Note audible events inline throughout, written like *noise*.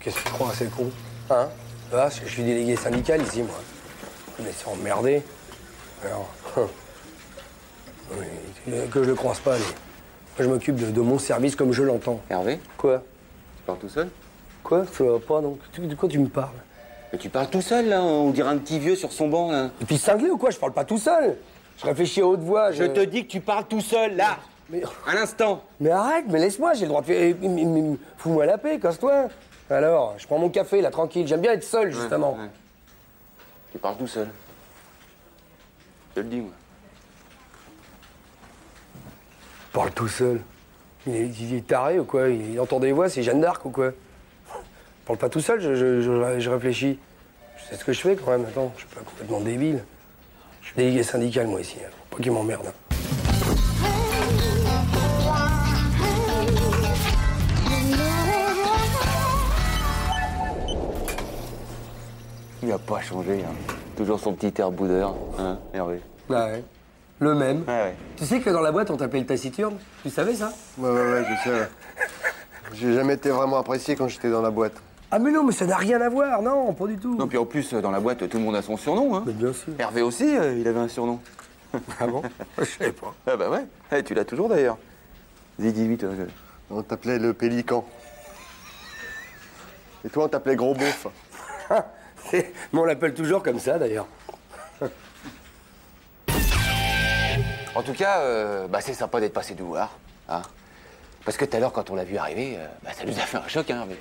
Qu'est-ce qu'il croit, c'est con Hein Là, je suis délégué syndical ici, moi. Mais c'est emmerdé. Alors, *laughs* oui, que je le croise pas, lui. Moi, je m'occupe de, de mon service comme je l'entends. Hervé, Quoi tu parles tout seul Quoi Ça va pas, donc Tu- De quoi tu me parles Mais tu parles tout seul, là On dirait un petit vieux sur son banc, là. Et puis cinglé ou quoi Je parle pas tout seul Je réfléchis à haute voix. Je te dis que tu parles tout seul, là Mais- À l'instant Mais arrête, mais laisse-moi, j'ai le droit de faire. eh, mais- mais- mais Fous-moi la paix, casse-toi. Alors, je prends mon café, là, tranquille. J'aime bien être seul, justement. ouais. Tu parles tout seul. Je te le dis, moi. parle tout seul. Il est, il est taré ou quoi il, entend des voix, c'est Jeanne d'Arc ou quoi Je parle pas tout seul, je, je- je- je réfléchis. Je sais ce que je fais quand même, attends, je suis pas complètement débile. Je suis délégué syndical moi ici, hein. faut pas qu'il m'emmerde. hein. Il a pas changé, hein. Toujours son petit air boudeur, hein, Hervé. Ah ouais. Le même. Ouais, ouais. Tu sais que dans la boîte on t'appelle taciturne Tu savais ça Ouais, ouais, ouais, je sais. ouais. J'ai jamais été vraiment apprécié quand j'étais dans la boîte. Ah mais non, mais ça n'a rien à voir, non, pas du tout. Non, puis en plus, euh, dans la boîte, tout le monde a son surnom, hein. Mais bien sûr. Hervé aussi, euh, il avait un surnom. Ah bon *laughs* Je sais pas. Ah bah ouais, Eh, tu l'as toujours, d'ailleurs. Ziggy 8, On t'appelait le pélican. Et toi, on t'appelait gros beauf. mais on l'appelle toujours comme ça d'ailleurs. En tout cas, euh, bah, c'est sympa d'être passé nous voir. Hein Parce que tout à l'heure, quand on l'a vu arriver, euh, bah, ça nous a fait un choc, hein, mais...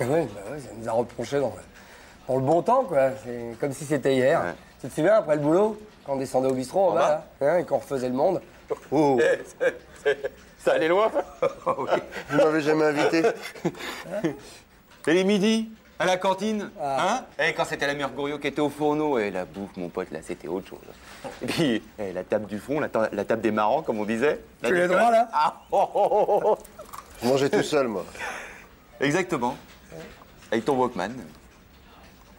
Ah ouais, bah ouais, ça nous a reproché dans, le- dans le bon temps, quoi. C'est comme si c'était hier. Ouais. Tu te souviens, après le boulot, quand on descendait au bistrot en, bas, bas là, hein, et qu'on refaisait le monde Oh, Ça allait loin *laughs* vous m'avez jamais invité Et les midis À la cantine Hein Et quand c'était la mère Gouriot qui était au fourneau, et la bouffe, mon pote, là, c'était autre chose. Et puis, eh, la table du fond, la, ta- la table des marrants, comme on disait. La Tu l'as déconne. droit, là Ah, oh, oh, oh, oh. Je mangeais tout seul, moi. Exactement. Avec ton Walkman.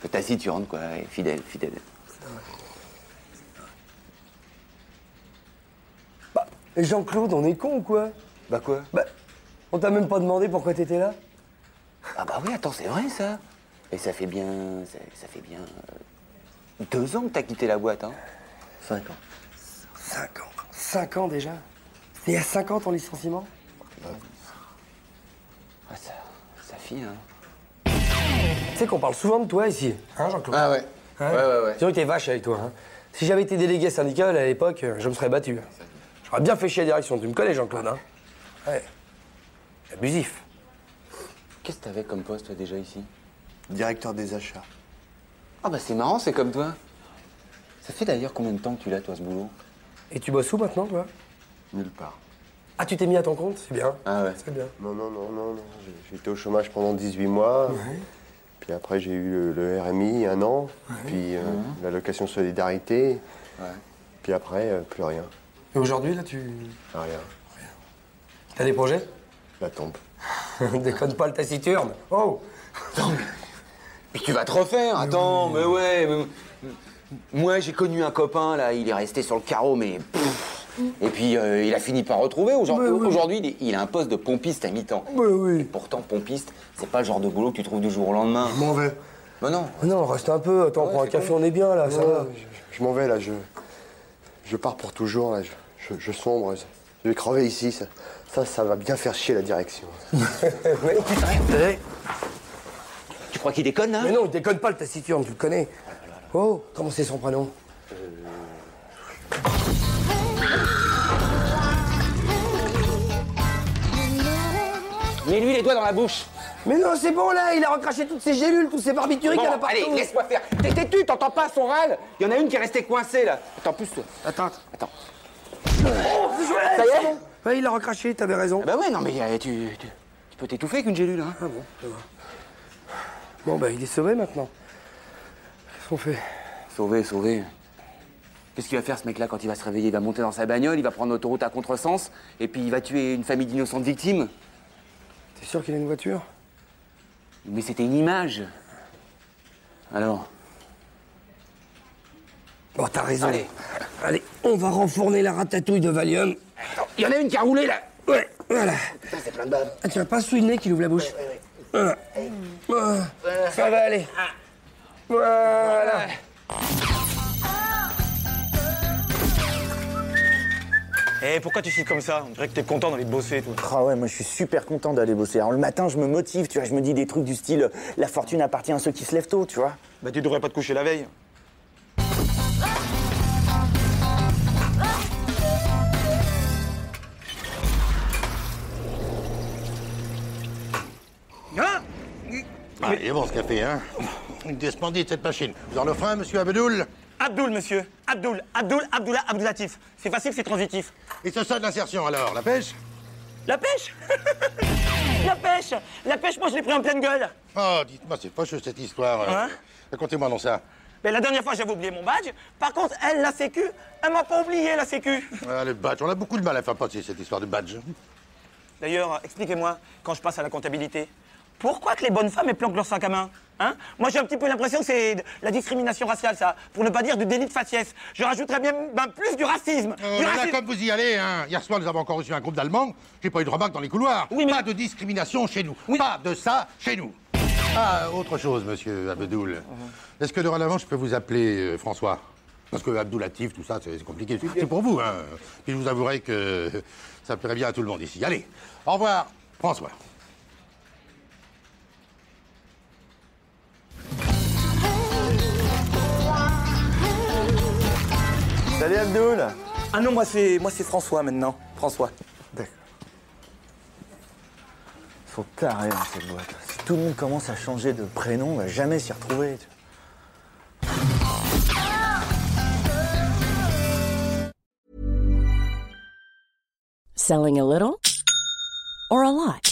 Que taciturne, quoi, et fidèle, fidèle. Bah, et Jean-Claude, on est con ou quoi Bah quoi Bah, on t'a même pas demandé pourquoi t'étais là Ah bah oui, attends, c'est vrai, ça Et ça fait bien... ça, ça fait bien... euh, deux ans que t'as quitté la boîte, hein Cinq ans. Cinq ans. Cinq ans déjà C'est il y a cinq ans ton licenciement Ah, ça... ça file, hein Tu sais qu'on parle souvent de toi ici, hein, Jean-Claude Ah ouais. Ouais, ouais, ouais. C'est vrai que t'es vache avec toi. hein. Si j'avais été délégué syndical à l'époque, euh, je me serais battu. J'aurais bien fait chier la direction. Tu me connais, Jean-Claude, hein Ouais. Abusif. Qu'est-ce que t'avais comme poste toi, déjà ici Directeur des achats. Ah bah c'est marrant, c'est comme toi. Ça fait d'ailleurs combien de temps que tu l'as toi ce boulot Et tu bosses où maintenant, toi Nulle part. Ah, tu t'es mis à ton compte C'est bien. Ah ouais. C'est bien. Non, non, non, non, non. J'ai- J'ai été au chômage pendant 18 mois. Puis après, j'ai eu le, le RMI, un an. Puis euh, Mhm. l'allocation solidarité. Puis après, euh, plus rien. Et aujourd'hui, là, tu. Rien. T'as des projets *laughs* La tombe. Déconne pas le taciturne. Oh Mais tu vas te refaire, attends, mais ouais. mais- Moi j'ai connu un copain là, il est resté sur le carreau mais... pff, Et puis euh, il a fini par retrouver. Aujourd'hui, Mais oui. aujourd'hui, il est- il a un poste de pompiste à mi-temps. Mais oui. Pourtant pompiste, c'est pas le genre de boulot que tu trouves du jour au lendemain. Je m'en vais. Mais non. Ah Non, reste un peu. Attends, on prend un café, on est bien, là, ça Non, va. non, je, je m'en vais là, je, je pars pour toujours là, je, je- je sombre, je, je vais crever ici, ça, ça, ça va bien faire chier la direction. Mais putain. Tu crois qu'il déconne hein là Mais non, déconne pas le taciturne, tu le connais. Oh, comment c'est son prénom Mets lui les doigts dans la bouche. Mais non, c'est bon là, il a recraché toutes ses gélules, tous ses barbituriques, Bon, il y en a partout. allez, laisse-moi faire. T'es têtu, t'entends pas son râle Il y en a une qui est restée coincée là. Attends, pousse. Attends, attends. Ça y est Ouais, il l'a recraché, t'avais raison. Ah bah ouais, non mais euh, tu, tu- tu peux t'étouffer avec une gélule, hein. Ah bon, ça va. Bon, bah, il est sauvé maintenant. Qu'est-ce qu'on fait Sauvé, sauvé. Qu'est-ce qu'il va faire ce mec-là quand il va se réveiller Il va monter dans sa bagnole, il va prendre l'autoroute à contresens, et puis il va tuer une famille d'innocentes victimes. T'es sûr qu'il a une voiture Mais c'était une image. Alors, Bon, t'as raison. Allez. Allez, on va renfourner la ratatouille de Valium. il y en a une qui a roulé là Ouais, voilà. Ah, tu vas pas sous le nez qu'il ouvre la bouche. Voilà. Voilà. Ça va aller. Ah. Voilà. Eh, pourquoi tu chiffres comme ça On dirait que t'es content d'aller te bosser, toi. Ah ouais, moi je suis super content d'aller bosser. Alors le matin, je me motive, tu vois, je me dis des trucs du style euh, la fortune appartient à ceux qui se lèvent tôt, tu vois. Bah, tu devrais pas te coucher la veille. Ah Ah, il est bon ce café, hein Une des splendides, cette machine. Vous en offrez un, monsieur Abedoul Abdoul, monsieur. Abdoul, Abdoul, Abdullah, Abdoulatif. C'est facile, c'est transitif. Et ce ça de l'insertion, alors La pêche La pêche *laughs* La pêche La pêche, moi je l'ai pris en pleine gueule. Oh, dites-moi, c'est poche cette histoire. euh. Hein Racontez-moi donc ça. Mais la dernière fois, j'avais oublié mon badge. Par contre, elle, la sécu, elle m'a pas oublié, la sécu. Ah, le badge, on a beaucoup de mal à faire passer cette histoire de badge. D'ailleurs, expliquez-moi, quand je passe à la comptabilité, pourquoi que les bonnes femmes elles planquent leur sac à main hein Moi, j'ai un petit peu l'impression que c'est de la discrimination raciale, ça. Pour ne pas dire du délit de faciès. Je rajouterais bien ben, plus du racisme. Euh, du là, racisme. comme vous y allez, hein. Hier soir, nous avons encore reçu un groupe d'Allemands. J'ai pas eu de remarques dans les couloirs. Oui, mais- Pas de discrimination chez nous. Pas de ça chez nous. Ah, autre chose, monsieur Abedoul. Est-ce que dorénavant, je peux vous appeler euh, François Parce que Abdoulatif, tout ça, c'est c'est compliqué. C'est pour vous, hein. Puis je vous avouerai que ça plairait bien à tout le monde ici. Allez, au revoir, François. Salut Abdoul Ah non, moi c'est moi c'est François maintenant. François. Ils sont tarés dans cette boîte. Si tout le monde commence à changer de prénom, on va jamais s'y retrouver. tu vois. Selling a little or a lot?